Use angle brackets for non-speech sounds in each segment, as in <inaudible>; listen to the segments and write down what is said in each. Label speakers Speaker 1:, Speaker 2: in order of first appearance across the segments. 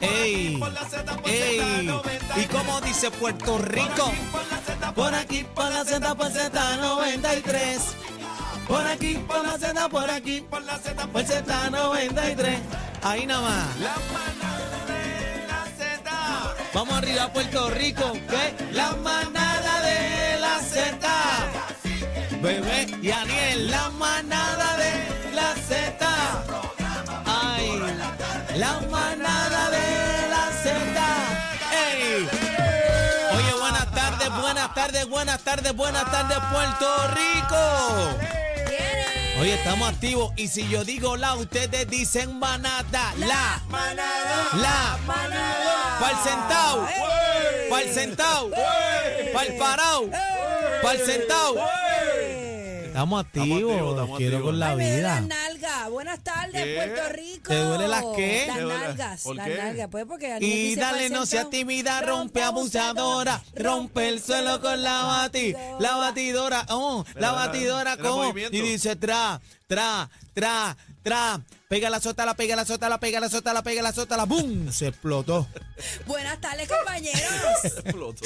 Speaker 1: ¡Ey! ¡Ey! ¿Y cómo dice Puerto Rico? Por aquí, por la Z, por Z93. Por aquí, por la Z, por aquí, por la Z, por Z93. Ahí nada más.
Speaker 2: La manada de la Z.
Speaker 1: Vamos arriba a Puerto Rico, que la manada de la Z. Bebé y Aniel, la manada de la Z. Ay, la manada de la Z. Ey. Oye, buenas tardes, buenas tardes, buenas tardes, buenas tardes, Puerto Rico. Oye, estamos activos y si yo digo la, ustedes dicen manada, la,
Speaker 2: Manada.
Speaker 1: la,
Speaker 2: Manada.
Speaker 1: pa'l centao, pa'l centao, pa'l parao, pa'l centao. Estamos activos,
Speaker 2: activos, estamos
Speaker 1: quiero
Speaker 2: activos.
Speaker 1: con la
Speaker 3: Ay, me duele
Speaker 1: vida.
Speaker 3: las nalgas. Buenas tardes,
Speaker 2: ¿Qué?
Speaker 3: Puerto Rico.
Speaker 1: ¿Te duele las qué?
Speaker 3: Las
Speaker 2: ¿Te duele?
Speaker 3: nalgas.
Speaker 2: ¿Por
Speaker 3: las
Speaker 2: qué?
Speaker 3: nalgas. Pues porque alguien
Speaker 1: Y
Speaker 3: dice
Speaker 1: dale, no seas
Speaker 3: falsetón.
Speaker 1: tímida, rompe abusadora, rompe el suelo con la bati, la batidora, oh, la
Speaker 2: Mira,
Speaker 1: batidora,
Speaker 2: mira el
Speaker 1: ¿cómo?
Speaker 2: movimiento.
Speaker 1: Y dice tra, tra, tra, tra, pega la sota, la pega la sota, la pega la sota, la pega la sota, la boom, se explotó.
Speaker 3: Buenas tardes,
Speaker 1: <laughs>
Speaker 3: compañeros.
Speaker 2: Explotó.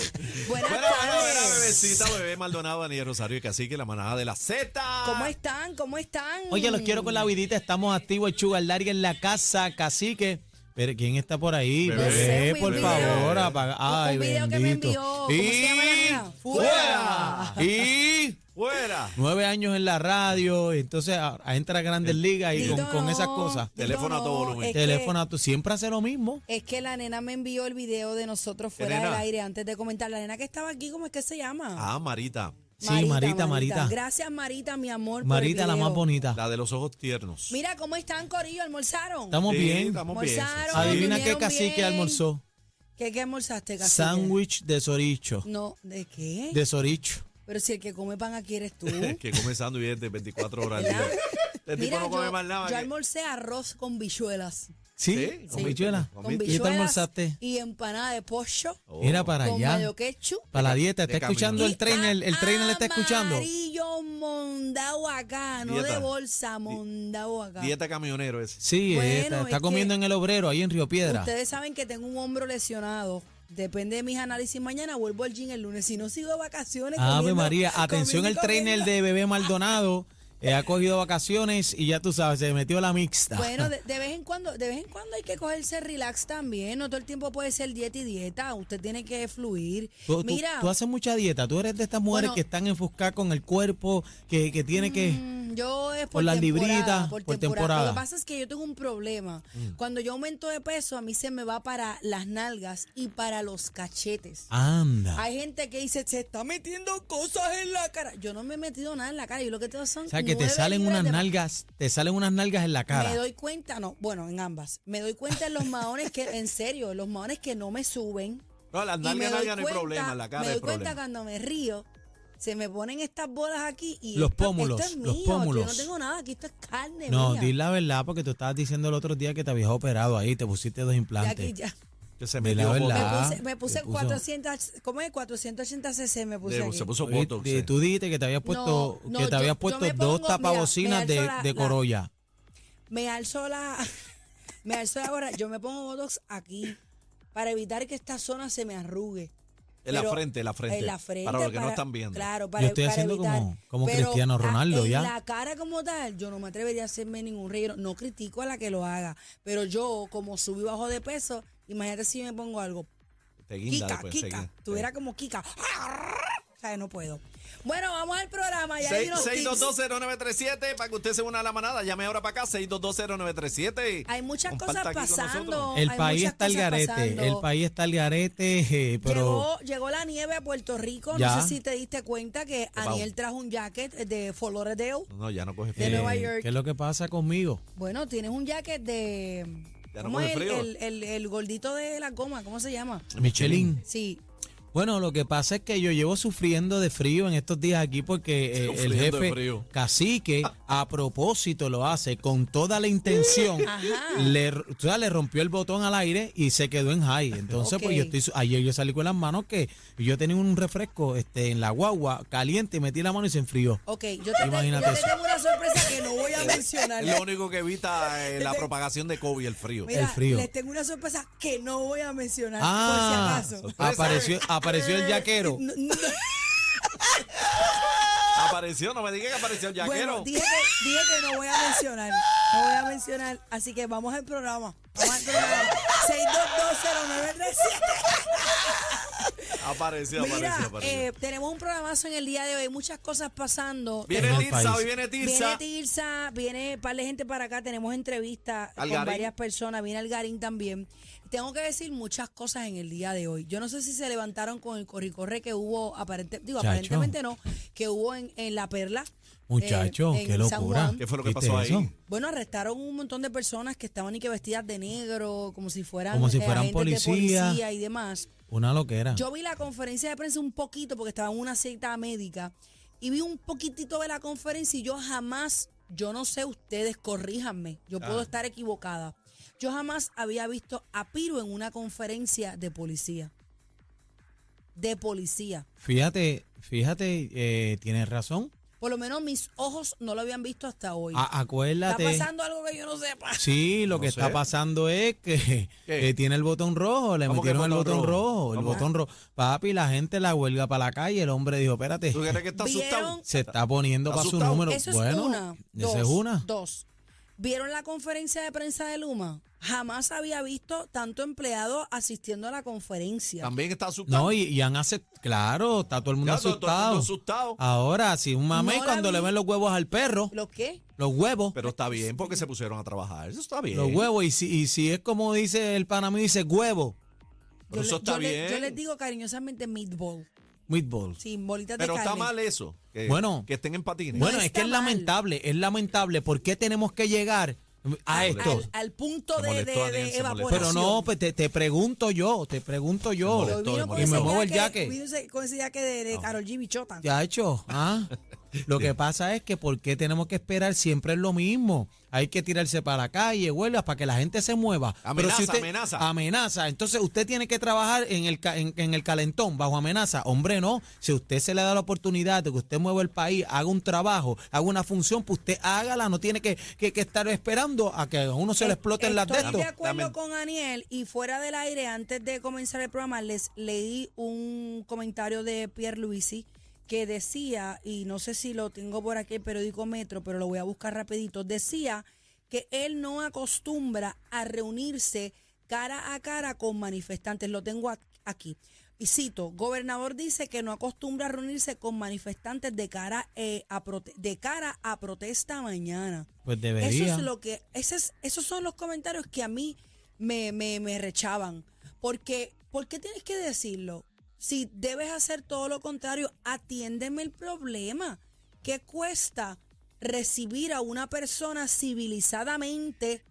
Speaker 3: Buenas
Speaker 2: Bueno, bueno, bueno,
Speaker 3: tardes.
Speaker 2: bebecita, bebé Maldonado, Daniel Rosario y Cacique, la manada de la Z.
Speaker 3: ¿Cómo están? ¿Cómo están?
Speaker 1: Oye, los quiero con la vidita, estamos activos, el Sugar Daddy en la casa, cacique. Pero ¿quién está por ahí?
Speaker 2: Bebé.
Speaker 1: Bebé,
Speaker 3: No sé,
Speaker 1: por
Speaker 3: un video.
Speaker 1: favor, apaga. Ay,
Speaker 3: Un video que me
Speaker 1: bendito.
Speaker 3: envió, ¿cómo se llama la nena?
Speaker 1: ¡Fuera! Y
Speaker 2: Fuera.
Speaker 1: nueve años en la radio, y entonces a- a entra a Grandes Ligas y con,
Speaker 3: Dito
Speaker 1: con esas
Speaker 3: no,
Speaker 1: cosas.
Speaker 3: Dito
Speaker 2: Teléfono a todo
Speaker 3: no,
Speaker 2: volumen.
Speaker 3: es que-
Speaker 1: Teléfono, a tu- siempre hace lo mismo.
Speaker 3: Es que la nena me envió el video de nosotros fuera
Speaker 2: Nena.
Speaker 3: del aire antes de comentar. La nena que estaba aquí, ¿cómo es que se llama?
Speaker 2: Ah, Marita.
Speaker 1: sí, Marita, Marita.
Speaker 3: Gracias, Marita, mi amor. por el
Speaker 1: Marita, la
Speaker 3: video.
Speaker 1: más bonita.
Speaker 2: La de los ojos tiernos.
Speaker 3: Mira cómo están, Corillo, almorzaron.
Speaker 1: Estamos
Speaker 2: Sí,
Speaker 1: bien.
Speaker 2: Estamos bien.
Speaker 3: Almorzaron.
Speaker 1: Adivina qué
Speaker 3: durmieron
Speaker 1: cacique
Speaker 3: bien.
Speaker 1: almorzó.
Speaker 3: ¿Qué, qué almorzaste, cacique?
Speaker 1: Sándwich de soricho.
Speaker 3: No, ¿de qué?
Speaker 1: De soricho.
Speaker 3: Pero si el que come pan aquí eres tú.
Speaker 2: Sí, sí. que comenzando bien de 24 horas al día. Este tipo
Speaker 3: Mira,
Speaker 2: no come
Speaker 3: yo,
Speaker 2: más nada.
Speaker 3: yo
Speaker 2: que-
Speaker 3: almorcé arroz con bichuelas.
Speaker 1: ¿Sí?
Speaker 2: Sí,
Speaker 1: Con
Speaker 2: sí.
Speaker 1: bichuela.
Speaker 2: Con
Speaker 3: Con
Speaker 2: ¿Y qué te
Speaker 3: bichuelas
Speaker 1: almorzaste?
Speaker 3: Y empanada de pollo
Speaker 2: Oh.
Speaker 1: Mira para
Speaker 3: con
Speaker 1: allá.
Speaker 3: mayo ketchup.
Speaker 1: Para la dieta,
Speaker 2: de
Speaker 1: está
Speaker 2: camino.
Speaker 1: escuchando
Speaker 3: y
Speaker 1: el trainer, el,
Speaker 3: pan
Speaker 1: trainer está escuchando.
Speaker 3: Amarillo mondado acá, no
Speaker 2: Dieta.
Speaker 3: de bolsa, mondado acá.
Speaker 2: Dieta camionero ese.
Speaker 1: Sí,
Speaker 3: Bueno,
Speaker 1: está,
Speaker 3: es
Speaker 1: está
Speaker 3: que-
Speaker 1: comiendo en el obrero, ahí en Río Piedra.
Speaker 3: Ustedes saben que tengo un hombro lesionado. Depende de mis análisis mañana, vuelvo al gym el lunes. Si no sigo de vacaciones,
Speaker 1: Ave
Speaker 3: comiendo-
Speaker 1: Ah,
Speaker 3: <laughs>
Speaker 1: pues, María, atención
Speaker 3: comiendo y
Speaker 1: el trainer
Speaker 3: comiendo.
Speaker 1: de Bebé Maldonado. eh, ha cogido vacaciones y ya tú sabes, se metió la mixta.
Speaker 3: Bueno, de, de vez en cuando, de vez en cuando hay que cogerse relax también. No todo el tiempo puede ser dieta y dieta. Usted tiene que fluir.
Speaker 1: Tú, tú-
Speaker 3: Mira,
Speaker 1: tú haces mucha dieta, tú eres de estas mujeres
Speaker 3: Bueno.
Speaker 1: que están enfuscadas con el cuerpo, que, que tiene que...
Speaker 3: mm, yo es por,
Speaker 1: por las
Speaker 3: temporada,
Speaker 1: libritas,
Speaker 3: por,
Speaker 1: por
Speaker 3: temporada.
Speaker 1: temporada. Mm.
Speaker 3: Lo que pasa es que yo tengo un problema. Cuando yo aumento de peso, a mí se me va para las nalgas y para los cachetes.
Speaker 1: Ah. Anda.
Speaker 3: Hay gente que dice, se está metiendo cosas en la cara. Yo no me he metido nada en la cara. Yo lo que tengo son.
Speaker 1: O sea, que te
Speaker 3: nueve
Speaker 1: salen
Speaker 3: libras
Speaker 1: unas
Speaker 3: de-
Speaker 1: nalgas, te salen unas nalgas en la cara.
Speaker 3: Me doy cuenta, no, bueno, en ambas. Me doy cuenta en los maones que, en serio, los maones que no me suben.
Speaker 2: No, las
Speaker 3: Y
Speaker 2: nalgas,
Speaker 3: me doy
Speaker 2: nalgas no hay
Speaker 3: cuenta-
Speaker 2: problema. La cara
Speaker 3: Me
Speaker 2: es
Speaker 3: doy
Speaker 2: el
Speaker 3: cuenta
Speaker 2: problema.
Speaker 3: cuando me río, se me ponen estas bolas aquí y
Speaker 1: Los
Speaker 3: esto-
Speaker 1: pómulos,
Speaker 3: esto es
Speaker 1: los
Speaker 3: mío,
Speaker 1: pómulos.
Speaker 3: Yo no tengo nada, aquí esto es carne
Speaker 1: No,
Speaker 3: mía.
Speaker 1: di la verdad, porque tú estabas diciendo el otro día que te habías operado ahí, te pusiste dos
Speaker 3: Ya
Speaker 1: implantes.
Speaker 3: aquí ya.
Speaker 2: Que se
Speaker 1: De
Speaker 2: metió
Speaker 1: la
Speaker 2: botox.
Speaker 3: Me
Speaker 1: verdad. Ah,
Speaker 3: puse, me puse
Speaker 1: se puso-
Speaker 3: 400, ¿cómo es? 480 cc me puse
Speaker 2: De-
Speaker 3: aquí.
Speaker 2: se puso
Speaker 1: Oye,
Speaker 2: botox.
Speaker 1: de-
Speaker 2: eh.
Speaker 1: tú dijiste que te habías puesto,
Speaker 3: No, no,
Speaker 1: que te
Speaker 3: yo-
Speaker 1: habías
Speaker 3: yo
Speaker 1: puesto
Speaker 3: me
Speaker 1: dos
Speaker 3: pongo-
Speaker 1: tapabocinas
Speaker 3: mira, me alzo
Speaker 1: de,
Speaker 3: la-
Speaker 1: de
Speaker 3: la-
Speaker 1: corolla.
Speaker 3: Me alzo la... <laughs> me alzo ahora, yo me pongo botox aquí para evitar que esta zona se me arrugue.
Speaker 2: En la
Speaker 3: Pero-
Speaker 2: frente, en la frente.
Speaker 3: En la frente.
Speaker 2: Para los que no están viendo.
Speaker 3: Claro, para,
Speaker 1: Yo estoy
Speaker 3: para
Speaker 1: haciendo
Speaker 3: evitar.
Speaker 1: como- como
Speaker 3: Pero
Speaker 1: Cristiano
Speaker 3: a-
Speaker 1: Ronaldo,
Speaker 3: en
Speaker 1: ya.
Speaker 3: la cara como tal, yo no me atrevería a hacerme ningún reguero. No critico a la que lo haga. Pero yo, como subí bajo de peso, imagínate si yo me pongo algo.
Speaker 2: Te guinda
Speaker 3: Kika,
Speaker 2: después, te
Speaker 3: Kika.
Speaker 2: guinda.
Speaker 3: Tuviera como Kika. O sea, no puedo. Bueno, vamos al programa. Ya hay
Speaker 2: Seis-
Speaker 3: unos tips.
Speaker 2: 6220937 para que usted se una a la manada. Llame ahora para acá, 6220937.
Speaker 3: Hay muchas
Speaker 2: Comparta
Speaker 3: cosas
Speaker 2: aquí con nosotros.
Speaker 3: pasando.
Speaker 1: El
Speaker 3: hay
Speaker 1: país
Speaker 3: muchas
Speaker 1: está al
Speaker 3: cosas
Speaker 1: garete,
Speaker 3: pasando.
Speaker 1: el país está al garete, eh, pero
Speaker 3: llegó, llegó la nieve a Puerto Rico.
Speaker 1: Ya.
Speaker 3: No sé si te diste cuenta que
Speaker 2: pasó?
Speaker 3: Aniel trajo un jacket de Fort Lauderdale.
Speaker 2: No, ya no coge
Speaker 3: de
Speaker 2: frío.
Speaker 3: Nueva
Speaker 1: eh,
Speaker 3: York.
Speaker 1: ¿qué es lo que pasa conmigo?
Speaker 3: Bueno, tienes un jacket de.
Speaker 2: Ya no
Speaker 3: ¿Cómo
Speaker 2: coge
Speaker 3: es el,
Speaker 2: frío.
Speaker 3: el- el- el gordito de la goma? ¿Cómo se llama?
Speaker 1: Michelin.
Speaker 3: Sí.
Speaker 4: Bueno, lo que pasa es que yo llevo sufriendo de frío en estos días aquí porque eh, el
Speaker 2: Sufriendo de
Speaker 4: jefe
Speaker 2: frío.
Speaker 4: cacique a propósito lo hace con toda la intención.
Speaker 3: Ajá.
Speaker 4: Le, r- o sea, le rompió el botón al aire y se quedó en high. Entonces, pues yo
Speaker 3: Ok.
Speaker 4: estoy, su- ayer yo salí con las manos que yo tenía un refresco este, en la guagua caliente y metí la mano y se enfrió.
Speaker 3: Ok, yo te, tengo,
Speaker 4: Imagínate
Speaker 3: yo te
Speaker 4: eso.
Speaker 3: tengo una sorpresa que no
Speaker 2: <laughs>
Speaker 3: voy a mencionar.
Speaker 2: Es lo único que evita eh, la propagación de COVID, el frío.
Speaker 3: Mira,
Speaker 4: el frío.
Speaker 3: les tengo una sorpresa que no voy a mencionar,
Speaker 4: Ah,
Speaker 3: por si acaso.
Speaker 4: apareció,
Speaker 3: <laughs>
Speaker 4: apareció el yaquero.
Speaker 3: No, no,
Speaker 2: Apareció, no me digas que apareció el
Speaker 3: bueno,
Speaker 2: yaquero.
Speaker 3: dije que, dije que no voy a mencionar. No voy a mencionar. Así que vamos al programa. Vamos al
Speaker 2: <laughs>
Speaker 3: programa. 6220937.
Speaker 2: apareció,
Speaker 3: Mira,
Speaker 2: apareció, apareció.
Speaker 3: eh, tenemos un programazo en el día de hoy, muchas cosas pasando.
Speaker 2: viene
Speaker 4: tenemos
Speaker 2: Tirsa,
Speaker 4: país.
Speaker 2: hoy viene
Speaker 3: Viene
Speaker 2: Tirsa.
Speaker 3: Tirsa, viene par de gente para acá, tenemos entrevistas con
Speaker 2: Algarín.
Speaker 3: varias personas, viene Algarín también. Tengo que decir muchas cosas en el día de hoy. Yo no sé si se levantaron con el corricorre que hubo, aparente, digo,
Speaker 4: Chacho.
Speaker 3: aparentemente no, que hubo en, en La Perla.
Speaker 4: Muchacho,
Speaker 3: eh, en
Speaker 4: qué
Speaker 3: San
Speaker 4: locura.
Speaker 3: Juan.
Speaker 2: ¿Qué fue lo que
Speaker 4: ¿Viste
Speaker 2: pasó ahí?
Speaker 4: eso?
Speaker 3: Bueno, arrestaron un montón de personas que estaban y que vestidas de negro, como si fueran,
Speaker 4: Como si
Speaker 3: eh,
Speaker 4: fueran
Speaker 3: agentes de
Speaker 4: policía.
Speaker 3: policía y demás.
Speaker 4: Una loquera.
Speaker 3: Yo vi la conferencia de prensa un poquito porque estaba en una cita médica y vi un poquitito de la conferencia y yo jamás, yo no sé ustedes, corríjanme, yo puedo estar equivocada. Yo jamás había visto a Piro en una conferencia de policía. De policía.
Speaker 4: Fíjate, fíjate, eh, tienes razón.
Speaker 3: Por lo menos mis ojos no lo habían visto hasta hoy.
Speaker 4: A-
Speaker 3: Está
Speaker 4: acuérdate.
Speaker 3: pasando algo que yo no sepa.
Speaker 4: Sí, lo
Speaker 2: No
Speaker 4: que
Speaker 2: sé.
Speaker 4: está pasando es que,
Speaker 2: ¿Qué?
Speaker 4: que tiene el botón rojo, le
Speaker 2: ¿Cómo que
Speaker 4: metieron el
Speaker 2: botón
Speaker 4: botón
Speaker 2: rojo?
Speaker 4: rojo, el
Speaker 2: ¿Cómo?
Speaker 4: botón rojo. Papi, la gente la huelga para la calle, el hombre dijo, espérate,
Speaker 2: ¿Tú crees que está asustado?
Speaker 3: Vieron-
Speaker 4: se está poniendo
Speaker 2: ¿Está
Speaker 4: para su
Speaker 2: asustado?
Speaker 4: número.
Speaker 3: Eso es
Speaker 4: bueno,
Speaker 3: una.
Speaker 4: esa
Speaker 3: dos,
Speaker 4: es una.
Speaker 3: Dos. ¿Vieron la conferencia de prensa de Luma? Jamás había visto tanto empleado asistiendo a la conferencia.
Speaker 2: También está asustado.
Speaker 4: No, y, y han aceptado, claro, está todo el mundo
Speaker 2: Ya, todo- todo el mundo
Speaker 4: asustado. Ah,
Speaker 2: asustado.
Speaker 4: Ahora, si un mamey
Speaker 3: No la
Speaker 4: cuando le
Speaker 3: vi.
Speaker 4: ven los huevos al perro,
Speaker 3: ¿Los qué?
Speaker 4: los huevos,
Speaker 2: Pero está bien porque se pusieron a trabajar. Eso está bien.
Speaker 4: los huevos, y si, y si es como dice el panamí, dice huevo,
Speaker 2: Pero
Speaker 3: le-
Speaker 2: eso está
Speaker 3: le-
Speaker 2: bien.
Speaker 3: yo les digo cariñosamente meatball,
Speaker 4: meatballs.
Speaker 3: sin bolitas
Speaker 2: Pero
Speaker 3: de
Speaker 2: está
Speaker 3: carne.
Speaker 2: mal eso. Que,
Speaker 4: Bueno.
Speaker 2: que estén en patines.
Speaker 4: Bueno, es
Speaker 3: está
Speaker 4: que es
Speaker 3: mal.
Speaker 4: lamentable, es lamentable. ¿Por qué tenemos que llegar a
Speaker 2: Al-
Speaker 4: esto?
Speaker 3: Al, al punto
Speaker 2: Se
Speaker 3: de, de-
Speaker 2: molestó, Daniel,
Speaker 3: de
Speaker 2: se molestó.
Speaker 3: evaporación.
Speaker 4: Pero no, pues te, te pregunto yo, te pregunto yo.
Speaker 2: Se
Speaker 3: Pero vino
Speaker 2: estoy
Speaker 3: con
Speaker 4: y
Speaker 3: ese
Speaker 4: me muevo el
Speaker 3: vino
Speaker 4: yaque.
Speaker 3: ese- con ese yaque de, de Carol G. Bichota.
Speaker 4: Ya hecho, ¿ah? Lo que pasa es que ¿por qué tenemos que esperar? Siempre es lo mismo. Hay que tirarse para la calle, huelgas, para que la gente se mueva. Pero
Speaker 2: Amenaza,
Speaker 4: usted-
Speaker 2: amenaza.
Speaker 4: Amenaza. Entonces usted tiene que trabajar en el, ca- en, en el calentón, bajo amenaza. Hombre, no. Si usted se le da la oportunidad de que usted mueva el país, haga un trabajo, haga una función, pues usted hágala. No tiene que, que, que estar esperando a que a uno
Speaker 3: Eh,
Speaker 4: se le exploten las de
Speaker 3: Estoy
Speaker 4: esto.
Speaker 3: de acuerdo
Speaker 2: Lament-
Speaker 3: con Aniel y fuera del aire, antes de comenzar el programa, les leí un comentario de Pierre Luisi que decía, y no sé si lo tengo por aquí el periódico Metro, pero lo voy a buscar rapidito, decía que él no acostumbra a reunirse cara a cara con manifestantes. Lo tengo ac- aquí. Y cito, gobernador dice que no acostumbra a reunirse con manifestantes de cara, eh, a, prote- de cara a protesta mañana.
Speaker 4: Pues debería.
Speaker 3: Eso es lo que, ese es- esos son los comentarios que a mí me, me, me rechaban. Porque, ¿por qué tienes que decirlo? Si debes hacer todo lo contrario, atiéndeme el problema. ¿Qué cuesta recibir a una persona civilizadamente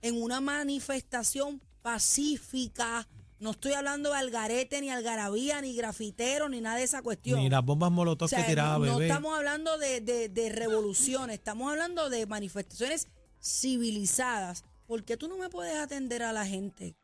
Speaker 3: en una manifestación pacífica? No estoy hablando de algarete, ni algarabía, ni grafitero, ni nada de esa cuestión.
Speaker 4: Ni las bombas molotov
Speaker 3: O sea,
Speaker 4: que tiraba
Speaker 3: no, no
Speaker 4: bebé.
Speaker 3: estamos hablando de, de- de revoluciones, estamos hablando de manifestaciones civilizadas. ¿Por qué tú no me puedes atender a la gente?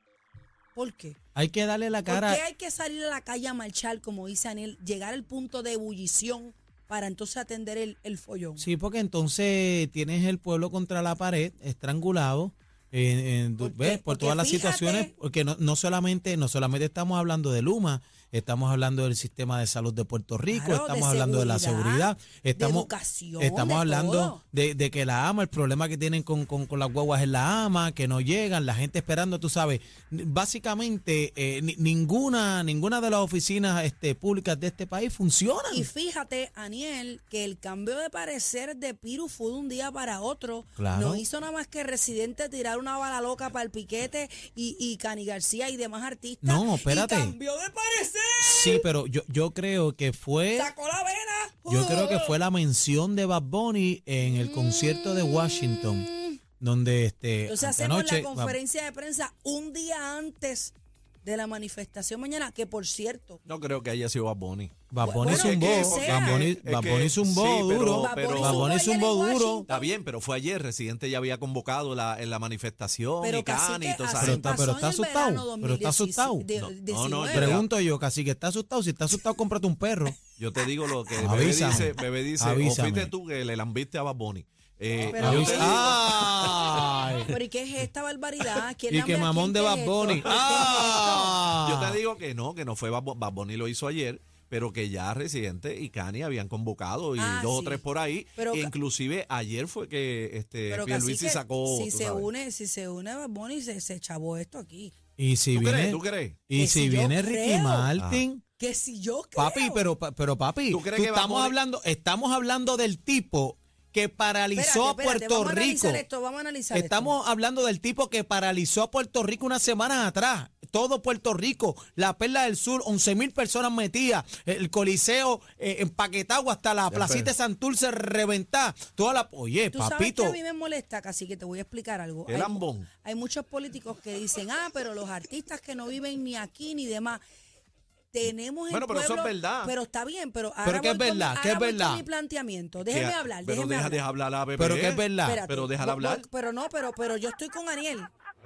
Speaker 3: ¿Por qué?
Speaker 4: Hay que darle la
Speaker 3: ¿Por qué
Speaker 4: cara.
Speaker 3: hay que salir a la calle a marchar, como dice Aniel, llegar al punto de ebullición para entonces atender el, el follón?
Speaker 4: Sí, porque entonces tienes el pueblo contra la pared, estrangulado. en- en-
Speaker 3: Porque-
Speaker 4: ¿ves? Por
Speaker 3: porque
Speaker 4: todas las
Speaker 3: fíjate-
Speaker 4: situaciones, porque no, no solamente no solamente estamos hablando de Luma, estamos hablando del sistema de salud de Puerto Rico,
Speaker 3: Claro, de
Speaker 4: estamos hablando de la
Speaker 3: seguridad,
Speaker 4: seguridad,
Speaker 3: de
Speaker 4: estamos,
Speaker 3: educación, de
Speaker 4: estamos
Speaker 3: todo.
Speaker 4: hablando de, de que la ama, el problema que tienen con, con- con las guaguas en la ama, que no llegan, la gente esperando, tú sabes. N- Básicamente, eh, ni- ninguna ninguna de las oficinas este, públicas de este país funcionan.
Speaker 3: Y fíjate, Aniel, que el cambio de parecer de Piru fue de un día para otro.
Speaker 4: Claro.
Speaker 3: No hizo nada más que Residente tirar una bala loca para el piquete y, y Cani García y demás artistas.
Speaker 4: No, espérate.
Speaker 3: Y cambió de parecer.
Speaker 4: Sí, pero yo, yo creo que fue...
Speaker 3: Sacó la vena.
Speaker 4: Yo creo que fue la mención de Bad Bunny en el concierto de Washington, donde este
Speaker 3: Entonces hacemos
Speaker 4: anoche
Speaker 3: la conferencia de prensa un día antes de la manifestación mañana, que por cierto,
Speaker 2: No creo que haya sido a Bonnie.
Speaker 4: Bad Bunny
Speaker 3: Bueno,
Speaker 4: zumbó,
Speaker 3: es que sea.
Speaker 4: Bad Bunny-
Speaker 2: Es
Speaker 4: Bad
Speaker 2: que-
Speaker 4: Bunny zumbó
Speaker 2: sí, pero-
Speaker 4: duro.
Speaker 3: Bad Bunny
Speaker 2: pero-
Speaker 3: zumbó
Speaker 4: Bad Bunny
Speaker 3: ayer en
Speaker 4: zumbó
Speaker 3: Washington.
Speaker 4: duro.
Speaker 2: Está bien, pero fue ayer. Residente ya había convocado la, en la manifestación
Speaker 3: Pero
Speaker 2: y Cani y
Speaker 3: cacique,
Speaker 2: toda esa
Speaker 3: así
Speaker 4: Pero
Speaker 2: gente.
Speaker 4: está- pero
Speaker 3: pasó en
Speaker 4: está
Speaker 3: el verano
Speaker 4: asustado, pero está
Speaker 3: 2016,
Speaker 4: asustado.
Speaker 3: de-
Speaker 2: No, no,
Speaker 3: 19.
Speaker 2: pero-
Speaker 4: Pregunto yo, casi que está asustado. Si está asustado, cómprate un perro.
Speaker 2: Yo te digo lo que Bebé
Speaker 4: Avísame.
Speaker 2: dice, Bebé dice, o
Speaker 4: Avísame.
Speaker 2: fuiste tú que le lambiste a Bad Bunny. Eh,
Speaker 3: Pero
Speaker 2: yo
Speaker 3: Avis-
Speaker 2: te digo-
Speaker 3: <laughs>
Speaker 4: ¡Ay!
Speaker 3: Pero ¿y qué es esta barbaridad? ¿Quién
Speaker 4: Y
Speaker 3: lambe
Speaker 4: que
Speaker 3: a
Speaker 4: mamón
Speaker 3: quién?
Speaker 4: de
Speaker 3: ¿Qué
Speaker 4: Bad
Speaker 3: es esto?
Speaker 4: Bunny.
Speaker 3: ¿Qué es
Speaker 4: ¡Ah!
Speaker 2: Yo te digo que no, que no fue Bad Bu- Bad Bunny lo hizo ayer, pero que ya Residente y Cani habían convocado y
Speaker 3: Ah,
Speaker 2: dos o
Speaker 3: sí.
Speaker 2: tres por ahí.
Speaker 3: Pero
Speaker 2: E
Speaker 3: ca-
Speaker 2: inclusive ayer fue que este
Speaker 3: Pero
Speaker 2: Pierluisi
Speaker 3: cacique,
Speaker 2: sacó.
Speaker 3: si
Speaker 2: tú
Speaker 3: se
Speaker 2: sabes.
Speaker 3: une, si se une Bad Bunny, se, se chavó esto aquí.
Speaker 4: Y si
Speaker 2: ¿Tú crees?
Speaker 4: viene,
Speaker 2: ¿Tú crees? Ah.
Speaker 4: y
Speaker 3: Que
Speaker 4: si
Speaker 3: si yo
Speaker 4: viene Ricky
Speaker 3: creo.
Speaker 4: Martin.
Speaker 3: Que si yo creo.
Speaker 4: Papi, pero, pa- pero papi,
Speaker 2: ¿Tú crees
Speaker 4: tú
Speaker 2: que Bad
Speaker 4: estamos
Speaker 2: Bunny-
Speaker 4: hablando, estamos hablando del tipo que paralizó
Speaker 3: Espérate, espérate,
Speaker 4: a Puerto
Speaker 3: vamos a
Speaker 4: Rico.
Speaker 3: analizar esto, vamos a analizar esto.
Speaker 4: Estamos hablando del tipo que paralizó a Puerto Rico unas semanas atrás. Todo Puerto Rico, la Perla del Sur, 11 mil personas metidas, el Coliseo eh, empaquetado hasta la placita de Santurce reventada. Toda la, oye,
Speaker 3: Tú
Speaker 4: papito,
Speaker 3: sabes que a mí me molesta, casi que te voy a explicar algo.
Speaker 2: El
Speaker 3: Hay-
Speaker 2: ambón.
Speaker 3: Hay muchos políticos que dicen, ah, pero los artistas que no viven ni aquí ni demás. Tenemos el
Speaker 2: Bueno, pero eso es
Speaker 3: pueblo-
Speaker 2: verdad.
Speaker 3: Pero está bien, pero ahora
Speaker 4: Pero que es
Speaker 3: voy con-
Speaker 4: verdad, que es
Speaker 3: ahora voy con
Speaker 4: verdad.
Speaker 3: mi planteamiento.
Speaker 2: Que-
Speaker 3: Déjeme hablar,
Speaker 2: Pero
Speaker 3: déjeme
Speaker 2: deja
Speaker 3: hablar.
Speaker 2: de hablar a Bebé.
Speaker 4: pero que es verdad.
Speaker 3: Espérate,
Speaker 2: pero déjala
Speaker 3: vo-
Speaker 2: hablar.
Speaker 3: vo- Pero no, pero, pero yo estoy con Aniel.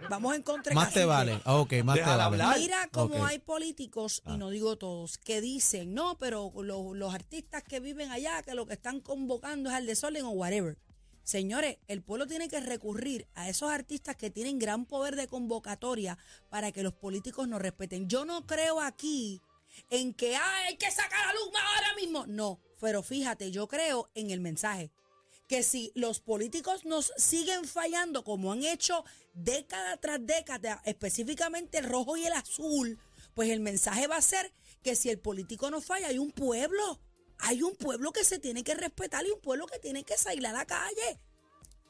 Speaker 3: Vamos en contra. de
Speaker 4: Más te
Speaker 3: Cacique.
Speaker 4: vale. Ah, Ok, más
Speaker 2: Déjala
Speaker 4: te vale.
Speaker 2: hablar.
Speaker 3: Mira cómo
Speaker 4: Ok.
Speaker 3: hay políticos, y no digo todos, que dicen, no, pero lo- los artistas que viven allá, que lo que están convocando es al desorden o whatever. Señores, el pueblo tiene que recurrir a esos artistas que tienen gran poder de convocatoria para que los políticos nos respeten. Yo no creo aquí en que "Ay, hay que sacar a Luma ahora mismo. No, pero fíjate, yo creo en el mensaje que si los políticos nos siguen fallando como han hecho década tras década, específicamente el rojo y el azul, pues el mensaje va a ser que si el político no falla, hay un pueblo, hay un pueblo que se tiene que respetar y un pueblo que tiene que salir a la calle.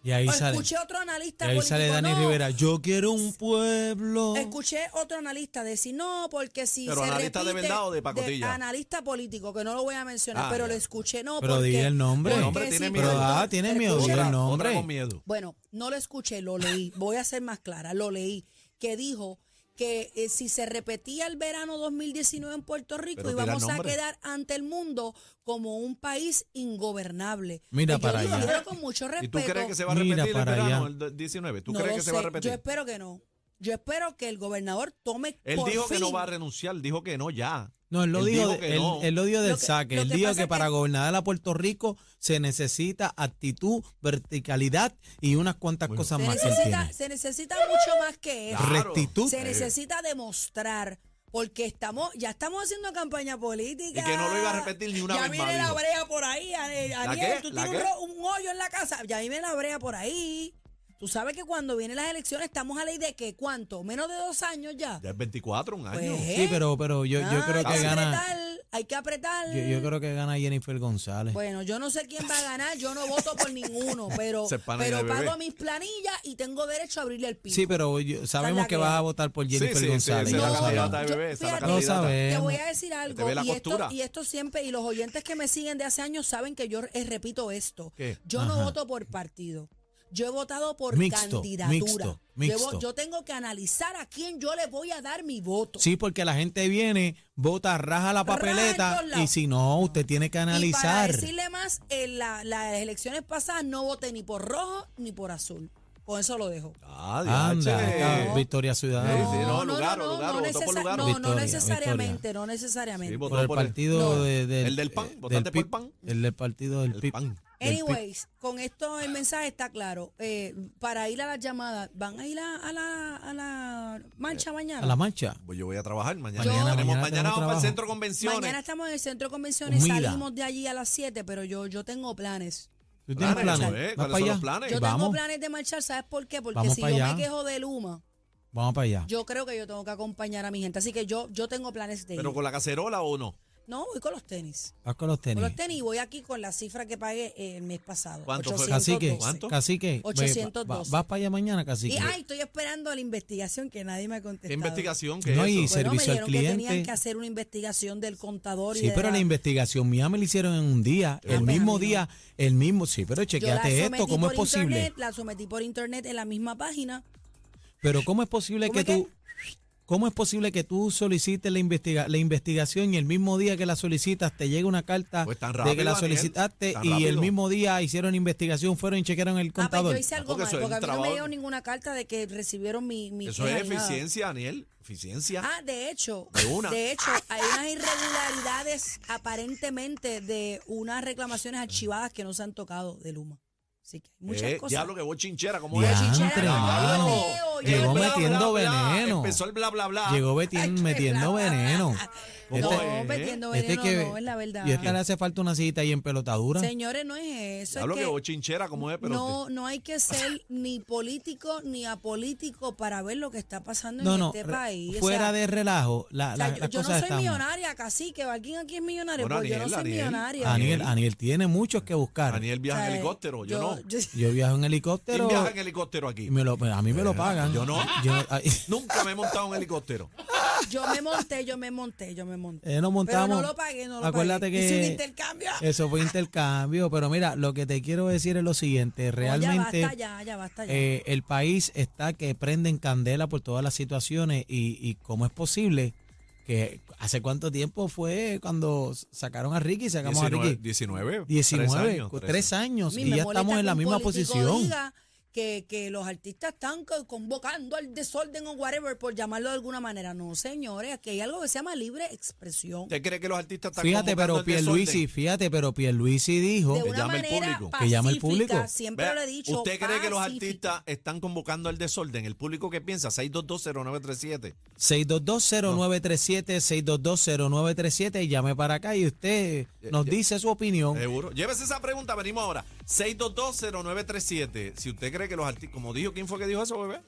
Speaker 4: Y ahí
Speaker 3: O
Speaker 4: sale.
Speaker 3: escuché otro analista
Speaker 4: y ahí
Speaker 3: político,
Speaker 4: sale Dani
Speaker 3: no,
Speaker 4: Rivera. Oh. Yo quiero un pueblo.
Speaker 3: Escuché otro analista decir no, porque si
Speaker 2: Pero
Speaker 3: se
Speaker 2: analista de
Speaker 3: repite-
Speaker 2: verdad o de pacotilla.
Speaker 3: analista político, que no lo voy a mencionar,
Speaker 2: Ah,
Speaker 3: pero
Speaker 2: ya.
Speaker 3: lo escuché no.
Speaker 4: Pero
Speaker 3: porque,
Speaker 4: diga el nombre.
Speaker 2: El
Speaker 3: porque
Speaker 2: hombre tiene
Speaker 3: si
Speaker 2: miedo.
Speaker 3: Puerto-
Speaker 4: Ah, tiene miedo,
Speaker 3: escucha,
Speaker 4: diga el nombre.
Speaker 2: Otra con miedo.
Speaker 3: Bueno, no lo escuché, lo leí. Voy a ser más clara, lo leí. Que dijo que eh, si se repetía el verano 2019 en Puerto Rico
Speaker 2: Pero
Speaker 3: íbamos
Speaker 2: tira
Speaker 3: a
Speaker 2: nombre.
Speaker 3: quedar ante el mundo como un país ingobernable.
Speaker 4: Mira
Speaker 3: Pues yo
Speaker 4: para
Speaker 3: digo,
Speaker 4: allá.
Speaker 3: quiero con mucho respeto.
Speaker 2: ¿Y tú crees que se va a repetir
Speaker 4: Mira
Speaker 2: el
Speaker 4: para
Speaker 2: verano
Speaker 4: allá.
Speaker 2: el 19? ¿Tú
Speaker 3: No
Speaker 2: crees
Speaker 3: lo
Speaker 2: que se va a
Speaker 3: sé, Yo
Speaker 2: repetir?
Speaker 3: espero que no. Yo espero que el gobernador tome
Speaker 2: Él
Speaker 3: por
Speaker 2: dijo que no
Speaker 3: fin-
Speaker 2: va a renunciar, dijo que no ya.
Speaker 4: No, él lo dijo, de-
Speaker 2: que
Speaker 4: él,
Speaker 2: no.
Speaker 4: él lo dijo del
Speaker 3: Lo que-
Speaker 4: saque.
Speaker 3: lo
Speaker 4: Él
Speaker 3: que
Speaker 4: dijo
Speaker 3: pasa
Speaker 4: que
Speaker 3: es
Speaker 4: para
Speaker 3: que-
Speaker 4: gobernar a Puerto Rico se necesita actitud, verticalidad y unas cuantas cosas
Speaker 3: se
Speaker 4: más que él
Speaker 3: necesita,
Speaker 4: tiene.
Speaker 3: se necesita mucho más que eso.
Speaker 2: Claro.
Speaker 4: Rectitud.
Speaker 3: Se necesita demostrar. Porque estamos, ya estamos haciendo campaña política.
Speaker 2: Y que no lo iba a repetir ni una
Speaker 3: ya
Speaker 2: vez más,
Speaker 3: viene la
Speaker 2: dijo.
Speaker 3: brea por ahí, Ane-
Speaker 2: qué?
Speaker 3: Aniel. Tú
Speaker 2: ¿La
Speaker 3: tienes un,
Speaker 2: qué?
Speaker 3: ro- un hoyo en la casa. Ya viene la brea por ahí. Tú sabes que cuando vienen las elecciones estamos a ley de que cuánto, menos de dos años ya.
Speaker 2: Ya es 24, un año.
Speaker 3: Pues,
Speaker 4: Sí, pero, pero yo, yo
Speaker 3: Ah,
Speaker 4: creo
Speaker 3: hay
Speaker 4: que gana.
Speaker 3: apretar, hay que apretar.
Speaker 4: Yo, yo creo que gana Jennifer González.
Speaker 3: Bueno, yo no sé quién va a ganar, yo no voto por ninguno,
Speaker 4: <laughs>
Speaker 3: pero,
Speaker 2: Se pana de
Speaker 3: pero
Speaker 2: bebé.
Speaker 3: pago mis planillas y tengo derecho a abrirle el piso.
Speaker 4: Sí, pero yo- sabemos
Speaker 3: la
Speaker 4: que
Speaker 3: que
Speaker 4: vas
Speaker 3: hay.
Speaker 4: a votar por Jennifer
Speaker 2: sí, sí,
Speaker 4: González. ya
Speaker 2: esa es
Speaker 4: lo
Speaker 2: la
Speaker 3: No,
Speaker 4: sabemos.
Speaker 2: candidata de
Speaker 3: yo-
Speaker 2: bebé, esa es la
Speaker 3: fíjate,
Speaker 4: No
Speaker 2: candidata.
Speaker 4: sabe.
Speaker 3: Te
Speaker 4: Vemos.
Speaker 3: voy a decir
Speaker 2: Te ve la
Speaker 3: algo, y esto,
Speaker 2: costura.
Speaker 3: y esto siempre, y los oyentes que me siguen de hace años saben que yo eh, repito esto.
Speaker 2: ¿Qué?
Speaker 3: Yo
Speaker 4: Ajá.
Speaker 3: no voto por partido. Yo he votado por
Speaker 4: Mixto,
Speaker 3: candidatura.
Speaker 4: mixto,
Speaker 3: Yo vo-
Speaker 4: mixto.
Speaker 3: Yo, tengo que analizar a quién yo le voy a dar mi voto.
Speaker 4: Sí, porque la gente viene, vota, raja la
Speaker 3: Raja en
Speaker 4: papeleta
Speaker 3: todos lados.
Speaker 4: y si no, usted tiene que
Speaker 3: Y para
Speaker 4: analizar.
Speaker 3: decirle más, en la- las elecciones pasadas no voté ni por rojo ni por azul. Con eso lo dejo.
Speaker 2: Ah, diache.
Speaker 4: Anda,
Speaker 3: No.
Speaker 4: Victoria Ciudadana.
Speaker 2: Sí, sí, no, Lugaro,
Speaker 3: no, no
Speaker 2: Lugaro, votó por
Speaker 3: necesa-
Speaker 2: Lugaro.
Speaker 3: no, no
Speaker 4: Victoria,
Speaker 3: necesariamente,
Speaker 4: Victoria.
Speaker 3: no necesariamente.
Speaker 2: Sí, votó
Speaker 4: por el
Speaker 2: por el-
Speaker 4: partido
Speaker 2: No.
Speaker 4: de- del,
Speaker 2: El del PAN,
Speaker 4: eh,
Speaker 2: ¿votaste por el
Speaker 4: PIB,
Speaker 2: PAN?
Speaker 4: El del partido del
Speaker 2: El
Speaker 4: PIB.
Speaker 2: PAN.
Speaker 4: del PIB.
Speaker 3: Anyways, con esto el mensaje está claro. Eh, para ir a las llamadas, ¿van a ir a, a la, a la marcha mañana?
Speaker 4: Eh, A la mancha.
Speaker 2: Pues yo voy a trabajar mañana.
Speaker 3: Mañana,
Speaker 2: tenemos,
Speaker 4: mañana
Speaker 2: mañana,
Speaker 4: tenemos
Speaker 2: vamos para
Speaker 4: trabajo.
Speaker 2: el centro de convenciones.
Speaker 3: mañana estamos en el centro de convenciones,
Speaker 4: Mira.
Speaker 3: salimos de allí a las 7, pero yo, yo tengo planes.
Speaker 4: ¿Tú tienes
Speaker 2: Planes,
Speaker 4: planes?
Speaker 2: ¿eh?
Speaker 4: ¿Vas
Speaker 2: ¿Cuáles
Speaker 4: para
Speaker 2: son los
Speaker 4: allá?
Speaker 2: planes?
Speaker 3: Yo
Speaker 4: Vamos,
Speaker 3: tengo planes de marchar, ¿sabes por qué? Porque
Speaker 4: Vamos
Speaker 3: si yo
Speaker 4: pa' allá.
Speaker 3: me quejo de Luma,
Speaker 4: vamos para allá.
Speaker 3: yo creo que yo tengo que acompañar a mi gente. Así que yo, yo tengo planes de ir.
Speaker 2: Pero con la cacerola o no.
Speaker 3: No, voy con los tenis.
Speaker 4: Vas con los tenis.
Speaker 3: Con los tenis y voy aquí con la cifra que pagué eh, el mes pasado.
Speaker 2: ¿Cuánto fue?
Speaker 4: Cacique,
Speaker 3: 812.
Speaker 2: ¿Cuánto?
Speaker 4: cacique, ve, va-
Speaker 3: 812.
Speaker 4: vas para allá mañana,
Speaker 3: Y
Speaker 4: cacique.
Speaker 3: ay, estoy esperando la investigación que nadie me ha contestado.
Speaker 2: ¿Qué investigación? ¿Qué
Speaker 4: No,
Speaker 2: es
Speaker 4: y
Speaker 2: eso?
Speaker 4: se- servicio al
Speaker 3: me dijeron
Speaker 4: cliente.
Speaker 3: que tenían que hacer una investigación del contador y
Speaker 4: Sí,
Speaker 3: de
Speaker 4: pero la investigación mía me la hicieron en un día, el
Speaker 3: pues,
Speaker 4: mismo
Speaker 3: a mí no.
Speaker 4: día, el mismo, sí, pero
Speaker 3: Yo la
Speaker 4: chequeate esto,
Speaker 3: sometí
Speaker 4: ¿cómo es
Speaker 3: por
Speaker 4: posible?
Speaker 3: internet, la sometí por internet en la misma página. Ah,
Speaker 4: Pero ¿cómo es posible
Speaker 3: ¿Cómo
Speaker 4: que
Speaker 3: es
Speaker 4: tú,
Speaker 3: que?
Speaker 4: ¿Cómo es posible que tú solicites la, investiga la investigación y el mismo día que la solicitas te llega una carta
Speaker 2: Pues tan
Speaker 4: de que
Speaker 2: rápido,
Speaker 4: la
Speaker 2: Daniel,
Speaker 4: solicitaste
Speaker 2: tan
Speaker 4: y el
Speaker 2: rápido.
Speaker 4: mismo día hicieron investigación, fueron y chequearon el
Speaker 3: Ah, pero
Speaker 4: contador?
Speaker 3: yo hice algo
Speaker 2: Porque
Speaker 3: mal,
Speaker 2: eso es
Speaker 3: porque a
Speaker 2: un
Speaker 3: mí no me
Speaker 2: trabajo.
Speaker 3: llegó ninguna carta de que recibieron mi, mi
Speaker 2: Eso
Speaker 3: queja
Speaker 2: es
Speaker 3: ni nada.
Speaker 2: eficiencia, Daniel. Eficiencia.
Speaker 3: Ah, de hecho,
Speaker 2: De una.
Speaker 3: de hecho, hay unas irregularidades aparentemente de unas reclamaciones archivadas que no se han tocado de Luma. Así que hay muchas
Speaker 2: Eh,
Speaker 3: cosas.
Speaker 2: Diablo que voy chinchera, ¿cómo es?
Speaker 4: Diantre,
Speaker 3: Chichera,
Speaker 4: mano.
Speaker 3: Leo, yo
Speaker 4: Llegó
Speaker 3: el bla,
Speaker 4: metiendo
Speaker 2: bla, bla.
Speaker 4: veneno.
Speaker 2: Empezó el bla, bla, bla.
Speaker 4: Llegó meti-
Speaker 3: Ah, Ay, qué
Speaker 4: metiendo
Speaker 3: bla, bla, bla.
Speaker 4: veneno.
Speaker 2: ¿Cómo
Speaker 3: no,
Speaker 2: es?
Speaker 3: metiendo
Speaker 4: Este
Speaker 3: veneno,
Speaker 4: que-
Speaker 3: no, es la verdad.
Speaker 4: Y esta le hace falta una cita y en pelotadura.
Speaker 3: Señores, no es eso. es
Speaker 2: Diablo que
Speaker 3: que
Speaker 2: voy chinchera, ¿cómo es? Pero
Speaker 3: no, no hay que ser ni político ni apolítico para ver lo que está pasando
Speaker 4: No,
Speaker 3: en
Speaker 4: no,
Speaker 3: este
Speaker 4: re-
Speaker 3: país. O
Speaker 4: fuera
Speaker 3: sea,
Speaker 4: de relajo, la,
Speaker 3: o sea,
Speaker 4: la-
Speaker 3: yo,
Speaker 4: las
Speaker 3: yo no
Speaker 4: cosas
Speaker 3: soy
Speaker 4: están-
Speaker 3: millonaria, casi que alguien aquí es millonario,
Speaker 2: Bueno,
Speaker 3: pues yo no
Speaker 2: Aniel,
Speaker 3: soy
Speaker 2: Aniel,
Speaker 3: millonaria.
Speaker 4: Aniel, Aniel tiene muchos que buscar.
Speaker 2: Daniel
Speaker 3: O
Speaker 2: viaja
Speaker 3: sea,
Speaker 2: en helicóptero, yo, no.
Speaker 3: yo-
Speaker 4: Yo viajo en helicóptero.
Speaker 2: ¿Quién viaja en helicóptero aquí?
Speaker 4: y me lo- a mí me lo pagan.
Speaker 2: Yo no.
Speaker 4: Yo, ay,
Speaker 2: Nunca me he montado en helicóptero.
Speaker 3: Yo me monté, yo me monté, yo me monté.
Speaker 4: eh, nos montamos.
Speaker 3: Pero no lo pagué, no lo
Speaker 4: Acuérdate
Speaker 3: pagué. Hice un
Speaker 4: que
Speaker 3: intercambio.
Speaker 4: eso fue intercambio. Pero mira, lo que te quiero decir es lo siguiente.
Speaker 3: No,
Speaker 4: Realmente
Speaker 3: ya basta, ya, ya basta. Ya.
Speaker 4: eh, el país está que prende en candela por todas las situaciones y, y cómo es posible que hace cuánto tiempo fue cuando sacaron a Ricky, <laughs> sacamos a
Speaker 2: 19,
Speaker 4: Ricky.
Speaker 2: 19,
Speaker 4: 19,
Speaker 2: tres años,
Speaker 4: cu-
Speaker 2: tres
Speaker 4: tres
Speaker 3: A
Speaker 4: años,
Speaker 3: mí
Speaker 4: y
Speaker 3: me
Speaker 4: ya
Speaker 3: molesta
Speaker 4: estamos
Speaker 3: que
Speaker 4: en la
Speaker 3: un
Speaker 4: misma
Speaker 3: político
Speaker 4: posición.
Speaker 3: diga Que, que los artistas están co- convocando al desorden o whatever, por llamarlo de alguna manera. No, señores, aquí hay algo que se llama libre expresión.
Speaker 2: ¿Usted cree que los artistas están
Speaker 4: Fíjate, pero Pierluisi, fíjate, pero Pierluisi dijo
Speaker 3: de una
Speaker 2: llama el
Speaker 3: manera
Speaker 2: público.
Speaker 4: Que llama el
Speaker 3: pacífica,
Speaker 4: público.
Speaker 3: Siempre lo he dicho.
Speaker 2: ¿Usted cree que los
Speaker 3: pacífica.
Speaker 2: artistas están convocando al desorden? ¿El público qué piensa? 6220937.
Speaker 4: 6220937, 6220937, y llame para acá y usted nos
Speaker 2: ya. Eh,
Speaker 4: dice su opinión.
Speaker 2: Seguro. Llévese esa pregunta, venimos ahora. 6220937. Si usted cree que los artistas, como dijo, ¿quién fue que dijo eso, bebé?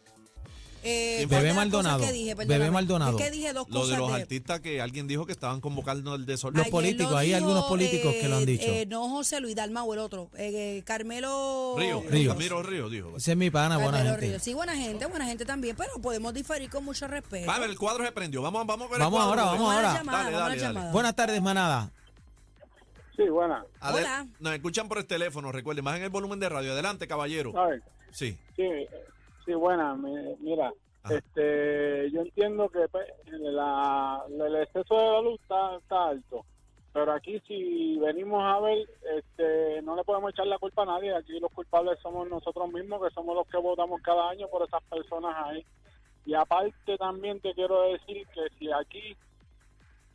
Speaker 3: Eh,
Speaker 2: Bebé
Speaker 3: ¿cuál de las
Speaker 4: Maldonado,
Speaker 3: cosas que dije?
Speaker 4: Bebé
Speaker 3: Perdóname.
Speaker 4: Maldonado.
Speaker 3: Es que dije dos
Speaker 2: Lo
Speaker 3: cosas.
Speaker 2: de los artistas que alguien dijo que estaban convocando al desorden.
Speaker 4: Los
Speaker 3: Ayer
Speaker 4: políticos,
Speaker 3: lo
Speaker 4: hay algunos políticos que lo han dicho.
Speaker 3: eh, no José Luis Dalma o el otro. eh, eh, Carmelo
Speaker 2: Río,
Speaker 4: Ríos.
Speaker 2: Ramiro Río dijo.
Speaker 4: Ese es mi pana,
Speaker 3: Carmelo
Speaker 4: Ah, buena gente.
Speaker 3: Ríos. Sí, buena gente, buena gente también, pero podemos diferir con mucho respeto.
Speaker 2: Va, a ver, el cuadro se prendió. Vamos, vamos a ver
Speaker 4: Vamos
Speaker 2: el
Speaker 4: ahora,
Speaker 2: cuadro.
Speaker 4: vamos
Speaker 3: a la
Speaker 4: ahora.
Speaker 3: llamada,
Speaker 2: Dale,
Speaker 3: vamos a la
Speaker 2: dale, dale.
Speaker 3: llamada.
Speaker 4: Buenas tardes, manada.
Speaker 5: Sí, buena.
Speaker 2: Adel-
Speaker 3: Hola.
Speaker 2: Nos escuchan por el teléfono, recuerden, más en el volumen de radio. Adelante, caballero.
Speaker 5: A ver,
Speaker 2: Sí.
Speaker 5: sí, eh, sí, buena. mi- Mira,
Speaker 2: Ajá.
Speaker 5: este, yo entiendo que pues, la- la- el exceso de la luz está, está alto, pero aquí si venimos a ver, este, no le podemos echar la culpa a nadie. Aquí los culpables somos nosotros mismos, que somos los que votamos cada año por esas personas ahí. Y aparte también te quiero decir que si aquí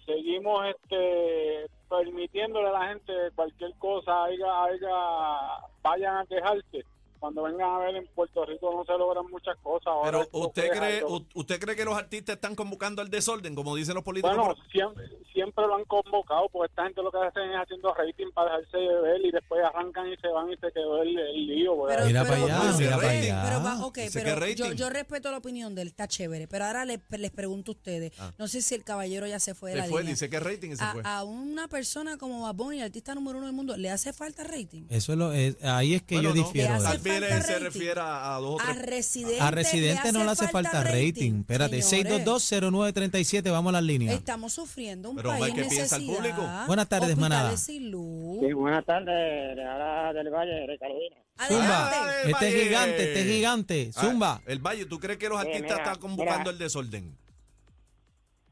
Speaker 5: seguimos este permitiéndole a la gente cualquier cosa haya, haya- vayan a quejarse cuando vengan a ver en Puerto Rico no se logran muchas cosas ahora
Speaker 2: Pero
Speaker 5: esto
Speaker 2: usted
Speaker 5: queja y
Speaker 2: cree,
Speaker 5: todo.
Speaker 2: u- usted cree que los artistas están convocando al desorden, como dicen los políticos.
Speaker 5: bueno siempre, siempre lo han convocado porque esta gente lo que hacen es haciendo rating para dejarse de ver y después arrancan y se van y se quedó el, el lío porque-
Speaker 3: Pero-
Speaker 4: Mira
Speaker 3: pero-
Speaker 4: para allá,
Speaker 3: pero-
Speaker 2: mira
Speaker 3: pero-
Speaker 2: para
Speaker 4: allá.
Speaker 3: pero va- ok,
Speaker 2: Dice
Speaker 3: pero
Speaker 2: que
Speaker 3: yo,
Speaker 2: rating.
Speaker 3: yo respeto la opinión de él, está chévere. Pero ahora les, les pregunto a ustedes.
Speaker 2: Ah.
Speaker 3: No sé si el caballero ya se fue de
Speaker 2: se
Speaker 3: la
Speaker 2: fue,
Speaker 3: línea. Ah,
Speaker 2: dice que rating y se
Speaker 3: a,
Speaker 2: fue.
Speaker 3: a una persona como Bad Bunny, el artista número uno del mundo, ¿le hace falta rating?
Speaker 4: Eso es lo, es- ahí es que
Speaker 2: Bueno,
Speaker 4: yo
Speaker 2: no,
Speaker 4: difiero.
Speaker 3: Le
Speaker 4: de él.
Speaker 2: Tal
Speaker 3: hace
Speaker 2: vez
Speaker 3: falta
Speaker 2: se
Speaker 3: rating.
Speaker 2: refiere a dos o
Speaker 3: A
Speaker 2: tres.
Speaker 3: residente,
Speaker 4: A residente no le hace falta rating. Espérate,
Speaker 3: señores. Este
Speaker 4: 6220937, vamos a las líneas.
Speaker 3: Estamos sufriendo un
Speaker 2: Pero,
Speaker 3: país
Speaker 2: Omar,
Speaker 3: en
Speaker 2: ¿qué piensa
Speaker 3: necesidad.
Speaker 2: el público?
Speaker 4: Buenas tardes,
Speaker 3: Hospitales
Speaker 4: manada.
Speaker 3: sin luz.
Speaker 6: Sí, buenas tardes, le habla del Valle, de Carolina.
Speaker 2: Zumba.
Speaker 3: Adelante.
Speaker 2: el
Speaker 4: Este
Speaker 2: Valle.
Speaker 4: es gigante, este es gigante.
Speaker 2: Ah,
Speaker 4: Zumba.
Speaker 2: el Valle, ¿tú crees que los
Speaker 6: Sí,
Speaker 2: artistas
Speaker 6: mira,
Speaker 2: están convocando
Speaker 6: mira.
Speaker 2: el desorden?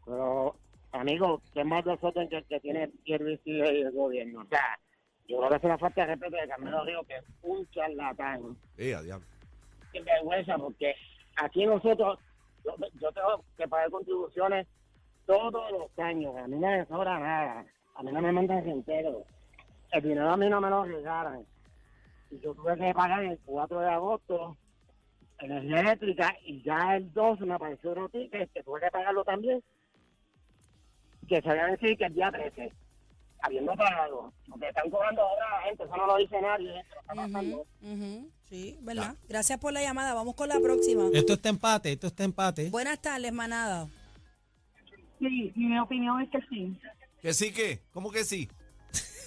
Speaker 6: Pero, amigo, ¿qué más desorden que el que tiene Pierluisi y el gobierno? O sea, yo creo que es una falta de respeto de Carmelo Río, que es un charlatán.
Speaker 2: Eh, a diablo.
Speaker 6: Qué vergüenza, porque aquí nosotros, yo, yo tengo que pagar contribuciones todos los años. A mí no me sobra nada. A mí no me mandan entero. El dinero a mí no me lo regalan. Y yo tuve que pagar el 4 de agosto energía eléctrica y ya el 2 me apareció otro ticket que tuve que pagarlo también. Que se había decir que el día 13, habiendo pagado, porque están cobrando ahora a la gente, eso no lo dice nadie, eso lo está pasando.
Speaker 3: Ujú, ujú. Sí, ¿verdad? Gracias por la llamada. Vamos con la próxima.
Speaker 4: Esto está empate, esto está empate.
Speaker 3: Buenas tardes, manada.
Speaker 7: Sí, mi opinión es que sí,
Speaker 2: ¿Que sí que? ¿Cómo que sí?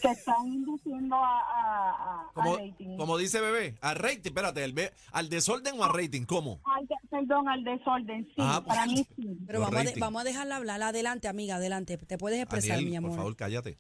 Speaker 7: que están induciendo a, a, a, a
Speaker 2: Como,
Speaker 7: rating.
Speaker 2: como dice Bebé, al rating, espérate, el be- al desorden o al rating, ¿cómo?
Speaker 7: Al de- perdón, al desorden, sí,
Speaker 2: Ah,
Speaker 7: para
Speaker 2: pues. <laughs>
Speaker 7: mí sí.
Speaker 3: Pero
Speaker 2: Los
Speaker 3: vamos a, de-
Speaker 2: rating.
Speaker 3: vamos a dejarla hablar. Adelante, amiga, adelante. Te puedes expresar,
Speaker 2: Daniel,
Speaker 3: mi amor.
Speaker 2: por favor, cállate.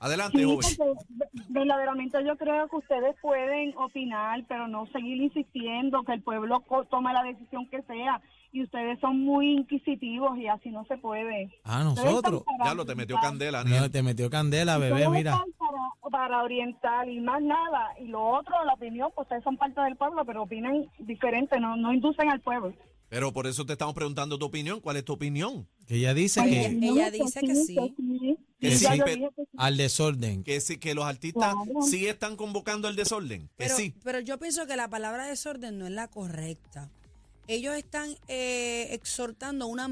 Speaker 2: Adelante,
Speaker 7: Sí,
Speaker 2: joven.
Speaker 7: porque ve- verdaderamente yo creo que ustedes pueden opinar, pero no seguir insistiendo que el pueblo co- tome la decisión que sea.
Speaker 8: y ustedes son muy inquisitivos y así no se puede.
Speaker 4: Ah,
Speaker 8: Ustedes están
Speaker 4: nosotros.
Speaker 8: para
Speaker 2: Ya lo te metió
Speaker 8: orientar.
Speaker 2: candela, Aniel.
Speaker 4: No, te metió candela, bebé,
Speaker 8: Ustedes
Speaker 4: mira.
Speaker 8: están Para, para orientar y más nada. Y lo otro, la opinión, pues ustedes son parte del pueblo, pero opinan diferente, no, no inducen al pueblo.
Speaker 2: Pero por eso te estamos preguntando tu opinión. ¿Cuál es tu opinión?
Speaker 4: Que ella dice
Speaker 8: Ay,
Speaker 4: que
Speaker 3: Ella- ella dice que sí.
Speaker 2: Que
Speaker 8: Ya
Speaker 2: sí,
Speaker 8: yo
Speaker 2: pero-
Speaker 8: dije que sí.
Speaker 4: al desorden.
Speaker 2: Que, sí, que los artistas
Speaker 8: Claro.
Speaker 2: sí están convocando al desorden. Que
Speaker 3: Pero,
Speaker 2: sí.
Speaker 3: pero yo pienso que la palabra desorden no es la correcta. Ellos están eh, exhortando una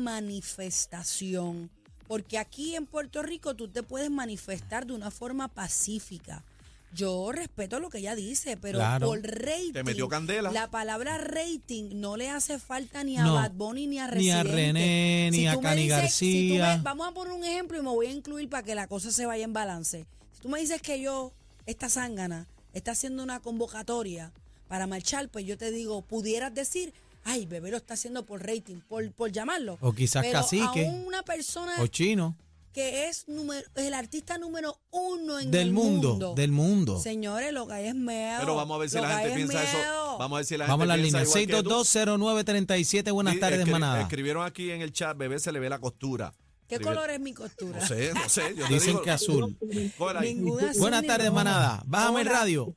Speaker 3: manifestación, porque aquí en Puerto Rico tú te puedes manifestar de una forma pacífica. Yo respeto lo que ella dice, pero
Speaker 4: Claro.
Speaker 3: por rating.
Speaker 2: Te metió candela.
Speaker 3: La palabra rating no le hace falta ni a
Speaker 4: No.
Speaker 3: Bad Bunny ni a
Speaker 4: Ni a
Speaker 3: Residente.
Speaker 4: René, ni a
Speaker 3: tú me
Speaker 4: Cani
Speaker 3: dices- si tú me-
Speaker 4: García.
Speaker 3: vamos a poner un ejemplo y me voy a incluir para que la cosa se vaya en balance. Si tú me dices que yo, esta zángana, está haciendo una convocatoria para marchar, pues yo te digo, pudieras decir, ay, bebé lo está haciendo por rating, por, por llamarlo.
Speaker 4: O quizás
Speaker 3: Pero
Speaker 4: cacique.
Speaker 3: a una persona
Speaker 4: O chino.
Speaker 3: que es número- el artista número uno en
Speaker 4: Del
Speaker 3: el
Speaker 4: mundo,
Speaker 3: mundo.
Speaker 4: del mundo.
Speaker 3: Señores, lo que hay es miedo.
Speaker 2: Pero vamos a ver si
Speaker 3: Lo
Speaker 2: la
Speaker 3: que
Speaker 2: gente
Speaker 3: hay es
Speaker 2: piensa eso.
Speaker 3: miedo.
Speaker 2: Vamos a ver si la
Speaker 4: Vamos a la
Speaker 2: gente piensa
Speaker 4: línea.
Speaker 2: igual que tú.
Speaker 4: 6220937. Buenas
Speaker 2: Sí,
Speaker 4: tardes,
Speaker 2: escri-
Speaker 4: manada.
Speaker 2: Escribieron aquí en el chat, bebé, se le ve la costura.
Speaker 3: ¿Qué
Speaker 2: Escribieron-
Speaker 3: color es mi costura?
Speaker 2: No sé, no sé. Yo te
Speaker 4: Dicen
Speaker 2: digo-
Speaker 4: que azul.
Speaker 2: Cobra ahí.
Speaker 3: Ninguna azul
Speaker 4: Buenas
Speaker 3: ni
Speaker 4: tardes,
Speaker 3: roja.
Speaker 4: manada. Bájame el
Speaker 3: Hola.
Speaker 4: radio.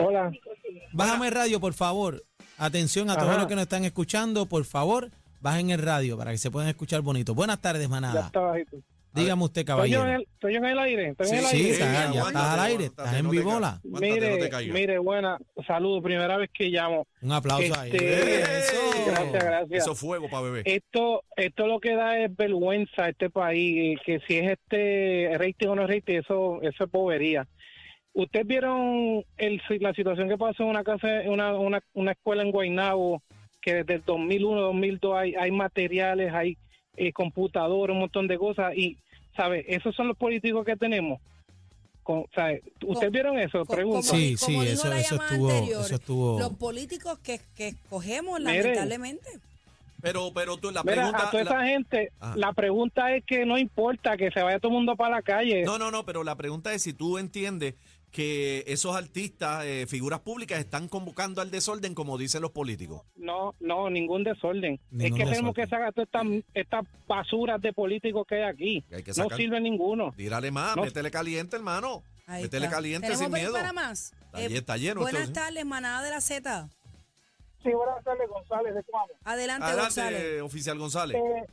Speaker 6: Hola.
Speaker 4: Bájame el radio, por favor. Atención a todos
Speaker 6: Ajá.
Speaker 4: los que nos están escuchando, por favor, bajen el radio para que se puedan escuchar bonito. Buenas tardes,
Speaker 9: Ya
Speaker 4: manada.
Speaker 9: está bajito.
Speaker 4: Dígame usted,
Speaker 9: Estoy yo en
Speaker 4: caballero.
Speaker 9: el, estoy yo en el aire. Estoy en el
Speaker 4: sí,
Speaker 9: aire.
Speaker 4: está- ya
Speaker 2: aguántate,
Speaker 4: estás al aire, estás
Speaker 2: aguántate,
Speaker 4: en
Speaker 2: no te
Speaker 4: vivola.
Speaker 2: caigas, aguántate, no te
Speaker 9: Mire,
Speaker 2: caigas.
Speaker 9: mire, buena, saludos, primera vez que llamo.
Speaker 4: Un aplauso ahí.
Speaker 9: Este,
Speaker 4: Eso.
Speaker 9: Gracias, gracias.
Speaker 2: Eh, Eso es fuego para bebé.
Speaker 9: Esto, esto lo que da es vergüenza a este país, eh, que si es este rating o no rating, eso, eso es bobería. Ustedes vieron el, si- la situación que pasó en una casa, en una, una, una escuela en Guaynabo, que desde el 2001, 2002 hay, hay materiales, hay eh, computadoras, un montón de cosas, y, ¿sabes? Esos son los políticos que tenemos. Con, ¿sabe? ¿Ustedes
Speaker 3: Co-
Speaker 9: vieron eso?
Speaker 3: Co-
Speaker 9: Pregunto.
Speaker 3: como-
Speaker 4: Sí, sí,
Speaker 3: como dijo
Speaker 4: eso,
Speaker 3: la
Speaker 4: eso
Speaker 3: llamada
Speaker 4: estuvo,
Speaker 3: anterior,
Speaker 4: eso estuvo.
Speaker 3: Los políticos que, que escogemos,
Speaker 9: Miren.
Speaker 3: lamentablemente.
Speaker 2: Pero, pero tú, la
Speaker 9: Mira,
Speaker 2: pregunta.
Speaker 9: a toda
Speaker 2: la- Ah.
Speaker 9: esa gente,
Speaker 2: Ajá.
Speaker 9: la pregunta es que no importa que se vaya todo el mundo para la calle.
Speaker 2: No, no, no, pero la pregunta es si tú entiendes que esos artistas, eh, figuras públicas, están convocando al desorden, como dicen los políticos.
Speaker 9: No, no, ningún desorden. es
Speaker 4: Ningún
Speaker 9: que
Speaker 4: desorden.
Speaker 9: tenemos que sacar todas estas, estas basuras de políticos que hay aquí.
Speaker 2: Que hay que
Speaker 9: no
Speaker 2: sacar.
Speaker 9: sirve ninguno.
Speaker 2: Tírale más,
Speaker 9: No.
Speaker 2: métele caliente, hermano.
Speaker 3: Ahí
Speaker 2: métele
Speaker 3: está.
Speaker 2: caliente
Speaker 3: ¿Tenemos
Speaker 2: sin
Speaker 3: break
Speaker 2: miedo.
Speaker 3: para más? Eh,
Speaker 2: Está lle- está lleno
Speaker 3: Buenas
Speaker 2: esto, ¿eh? ¿sí?
Speaker 3: tardes, manada de la Z.
Speaker 8: Sí, buenas tardes, González, de Cuamo.
Speaker 3: Adelante, González.
Speaker 2: Adelante, oficial González.
Speaker 8: Eh,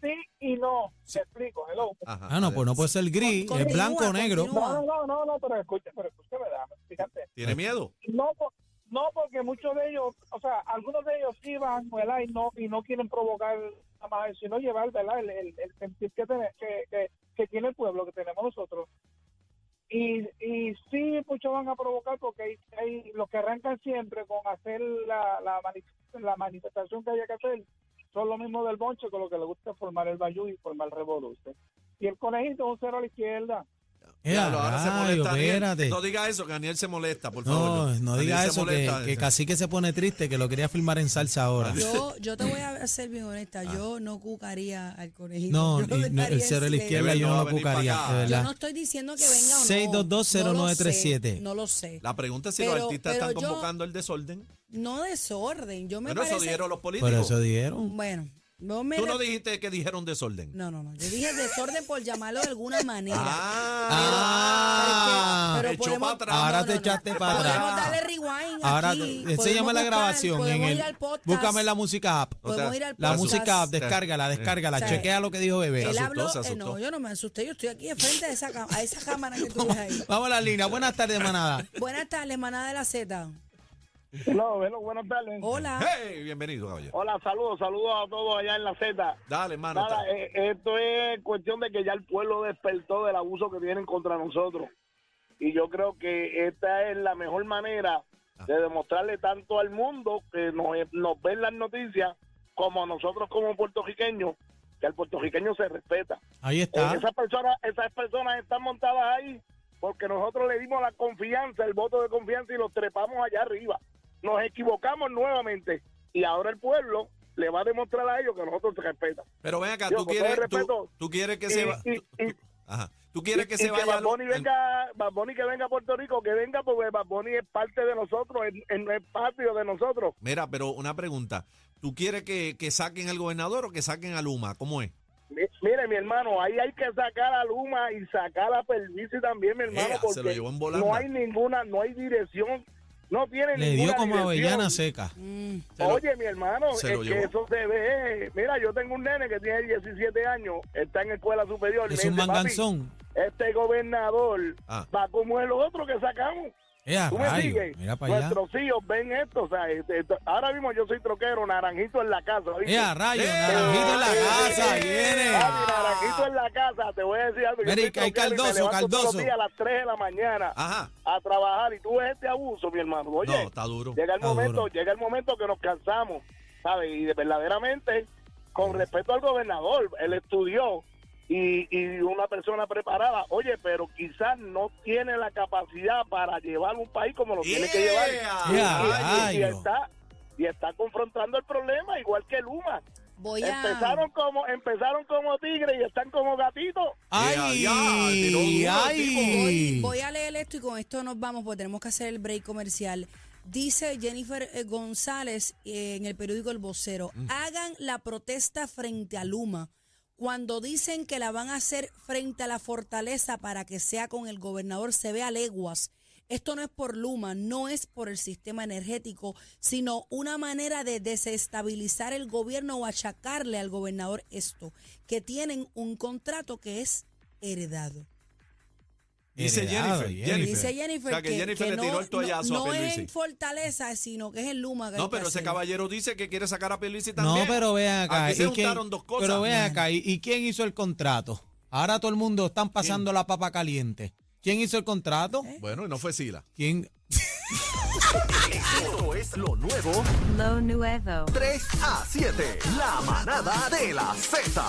Speaker 8: sí y no,
Speaker 2: Sí.
Speaker 8: te explico, hello.
Speaker 2: Ajá,
Speaker 4: Ah, no, pues no puede ser gris,
Speaker 3: Con-
Speaker 4: es
Speaker 3: continúa,
Speaker 4: blanco o negro.
Speaker 3: continúa.
Speaker 8: No, no, no, no, pero escucha, pero escúchame, déjame explicarte.
Speaker 2: ¿Tiene miedo?
Speaker 8: No, por- no, porque muchos de ellos, o sea, algunos de ellos sí van, ¿verdad? Y no, y no quieren provocar nada más, sino llevar, ¿verdad? El, el, el sentir que, tiene- que, que- que tiene el pueblo, que tenemos nosotros. Y, y sí, muchos van a provocar porque hay, hay los que arrancan siempre con hacer la, la, mani- la manifestación que haya que hacer son lo mismo del bonche con lo que le gusta formar el bayú y formar el revolución. Y el conejito es un cero a
Speaker 9: <laughs>
Speaker 8: la izquierda.
Speaker 4: Eh,
Speaker 2: Diablo, ahora se
Speaker 4: rayo,
Speaker 2: molesta Aniel.
Speaker 4: espérate.
Speaker 2: No diga eso, que Daniel se molesta, por
Speaker 4: No,
Speaker 2: favor.
Speaker 4: no, diga
Speaker 2: Aniel se
Speaker 4: eso, que,
Speaker 2: molesta.
Speaker 4: que casi que se pone triste, que lo quería filmar en salsa ahora.
Speaker 3: Yo, yo te voy a ser bien honesta. Yo no cucaría al conejito.
Speaker 4: Ah. No,
Speaker 3: Yo lo
Speaker 4: y- no,
Speaker 3: dejaría
Speaker 4: el cero de la
Speaker 3: en silencio.
Speaker 4: izquierda
Speaker 2: Bebé,
Speaker 4: yo
Speaker 2: no va
Speaker 4: no
Speaker 2: a
Speaker 4: lo
Speaker 2: venir pa'
Speaker 4: buscaría, de
Speaker 2: acá.
Speaker 3: Yo
Speaker 4: verdad.
Speaker 3: no estoy diciendo que venga o no.
Speaker 4: 6220937.
Speaker 3: No lo sé.
Speaker 2: La pregunta es si los
Speaker 3: Pero-
Speaker 2: artistas
Speaker 3: pero
Speaker 2: están
Speaker 3: yo-
Speaker 2: convocando el desorden.
Speaker 3: No desorden. Yo me
Speaker 2: Bueno, eso
Speaker 3: parece-
Speaker 2: dijeron los políticos.
Speaker 4: Por eso dieron.
Speaker 3: Bueno, no me
Speaker 2: Tú no
Speaker 3: re-
Speaker 2: dijiste que dijeron desorden.
Speaker 3: no, no, no. Yo dije desorden por llamarlo de alguna manera.
Speaker 2: Ah,
Speaker 3: Ah, Pero
Speaker 2: echó
Speaker 3: podemos-
Speaker 2: pa' atrás.
Speaker 4: Ahora te echaste pa'
Speaker 3: Podemos
Speaker 4: atrás.
Speaker 3: darle rewind.
Speaker 4: Ahora,
Speaker 3: aquí,
Speaker 4: te- enséñame
Speaker 3: podemos
Speaker 4: la
Speaker 3: buscar,
Speaker 4: grabación. En
Speaker 3: podemos
Speaker 4: el,
Speaker 3: ir al podcast.
Speaker 4: búscame la música app.
Speaker 2: No te-
Speaker 3: Podemos ir al
Speaker 4: La
Speaker 2: te asus-
Speaker 4: música app,
Speaker 2: te-
Speaker 4: descárgala,
Speaker 2: eh,
Speaker 4: descárgala.
Speaker 3: Sí.
Speaker 4: Chequea lo que dijo Bebé.
Speaker 3: Él
Speaker 2: asustó,
Speaker 3: habló,
Speaker 2: se
Speaker 3: eh,
Speaker 2: asustó.
Speaker 3: no, yo no me asusté, yo estoy aquí de frente a esa, cam- a esa cámara que tú ves
Speaker 4: <laughs>
Speaker 3: ahí.
Speaker 4: Vamos a la línea. Buenas tardes, manada.
Speaker 3: Buenas tardes, manada de la Z.
Speaker 9: Hello, hello, buenas tardes.
Speaker 3: Hola.
Speaker 2: Hey, bienvenido, caballero.
Speaker 9: Hola, saludos, saludos a todos allá en la Z.
Speaker 2: Dale, hermano.
Speaker 9: Nada,
Speaker 2: tra-
Speaker 9: eh, esto es cuestión de que ya el pueblo despertó del abuso que tienen contra nosotros. Y yo creo que esta es la mejor manera de demostrarle tanto al mundo que nos, nos ven las noticias como a nosotros como puertorriqueños, que al puertorriqueño se respeta.
Speaker 4: Ahí
Speaker 9: Eh,
Speaker 4: está.
Speaker 9: esas, personas, esas personas están montadas ahí porque nosotros le dimos la confianza, el voto de confianza y los trepamos allá arriba. Nos equivocamos nuevamente y ahora el pueblo le va a demostrar a ellos que nosotros se respetan.
Speaker 2: Pero ven acá,
Speaker 9: yo,
Speaker 2: tú
Speaker 9: con todo
Speaker 2: quieres,
Speaker 9: el
Speaker 2: tú,
Speaker 9: respeto,
Speaker 2: tú quieres que
Speaker 9: y-
Speaker 2: se va.
Speaker 9: y-
Speaker 2: tú- tú-
Speaker 9: y-
Speaker 2: ajá. ¿Tú quieres que
Speaker 9: Y- y
Speaker 2: se vaya?
Speaker 9: Bad
Speaker 2: al-
Speaker 9: Bunny
Speaker 2: al-
Speaker 9: venga, Bad Bunny que venga a Puerto Rico, que venga porque Bad Bunny es parte de nosotros, es, es- es patio de nosotros.
Speaker 2: Mira, pero una pregunta. ¿Tú quieres que, que saquen al gobernador o que saquen a Luma? ¿Cómo es?
Speaker 9: Mi- Mire, mi hermano, ahí hay que sacar a Luma y sacar a Pervisi también, mi hermano,
Speaker 2: Eh, se lo
Speaker 9: porque
Speaker 2: llevó en volanda.
Speaker 9: no hay ninguna, no hay dirección, no tiene
Speaker 4: Le
Speaker 9: ninguna
Speaker 4: dio como
Speaker 9: dirección.
Speaker 4: avellana seca.
Speaker 3: Mm,
Speaker 2: Se lo-
Speaker 9: Oye, mi hermano, es
Speaker 2: se lo
Speaker 9: que
Speaker 2: llevó.
Speaker 9: eso se ve. Mira, yo tengo un nene que tiene 17 años, está en escuela superior. y
Speaker 4: Es
Speaker 9: me
Speaker 4: un
Speaker 9: dice, "Papi,
Speaker 4: manganzón.
Speaker 9: Este gobernador
Speaker 2: Ah.
Speaker 9: va como el otro que sacamos.
Speaker 4: Eh, a
Speaker 9: ¿Tú me
Speaker 4: rayo,
Speaker 9: sigues?
Speaker 4: Mira para allá.
Speaker 9: Nuestros hijos ven esto. O sea, este, esto- ahora mismo yo soy troquero, naranjito en la casa. ¿viste?
Speaker 4: Eh, a rayo,
Speaker 2: ¡Eh!
Speaker 4: naranjito en la casa, viene.
Speaker 9: Papi, naranjito en la casa, te voy a decir algo. Yo
Speaker 4: Mira,
Speaker 9: soy
Speaker 4: y que hay
Speaker 9: troquero y me
Speaker 4: Cardoso,
Speaker 9: levanto todos los
Speaker 4: Cardoso.
Speaker 9: días a las 3 de la mañana
Speaker 2: Ajá.
Speaker 9: a trabajar y tú ves este abuso, mi hermano. Oye,
Speaker 2: No, está duro.
Speaker 9: llega el
Speaker 4: Está
Speaker 9: momento,
Speaker 4: duro.
Speaker 9: llega el momento que nos cansamos, ¿sabes? Y de- verdaderamente, con respeto al gobernador, él estudió y, y una persona preparada, oye, pero quizás no tiene la capacidad para llevar un país como lo tiene que llevar.
Speaker 2: ¡Ea!
Speaker 9: Y-
Speaker 4: ¡Ea!
Speaker 9: y- y
Speaker 4: Rayo.
Speaker 9: está y está confrontando el problema igual que Luma.
Speaker 3: voy a.
Speaker 9: Empezaron como empezaron como tigres y están como gatitos.
Speaker 4: Ay,
Speaker 2: Ya, ya, tiró duro,
Speaker 4: ay.
Speaker 3: Voy, voy a leer esto y con esto nos vamos porque tenemos que hacer el break comercial. Dice Jennifer eh, González eh, en el periódico El Vocero, hagan la protesta frente a Luma. Cuando dicen que la van a hacer frente a la fortaleza para que sea con el gobernador, se ve a leguas. Esto no es por Luma, no es por el sistema energético, sino una manera de desestabilizar el gobierno o achacarle al gobernador esto, que tienen un contrato que es heredado.
Speaker 2: Dice
Speaker 4: Heredado,
Speaker 2: Jennifer.
Speaker 4: Jennifer.
Speaker 2: Jennifer.
Speaker 3: Dice Jennifer
Speaker 2: O sea, que
Speaker 3: que,
Speaker 2: Jennifer
Speaker 3: que
Speaker 2: le
Speaker 3: no,
Speaker 2: tiró el toallazo
Speaker 3: no-
Speaker 2: a
Speaker 3: no es
Speaker 2: Pierluisi.
Speaker 3: en Fortaleza, sino que es en Luma. que hay
Speaker 2: No,
Speaker 3: que
Speaker 2: pero ese
Speaker 3: hacerlo.
Speaker 2: caballero dice que quiere sacar a Pierluisi
Speaker 4: No,
Speaker 2: también.
Speaker 4: pero ve acá.
Speaker 2: Aquí se
Speaker 4: ¿y
Speaker 2: juntaron dos cosas.
Speaker 4: Pero ve
Speaker 2: Bueno.
Speaker 4: acá, ¿y, y quién hizo el contrato? Ahora todo el mundo están pasando la papa caliente. ¿Quién hizo el contrato?
Speaker 2: Bueno, y no fue Sila.
Speaker 4: ¿Quién?
Speaker 10: Esto es lo nuevo
Speaker 11: Lo nuevo.
Speaker 10: 3 a 7. La manada de la Z.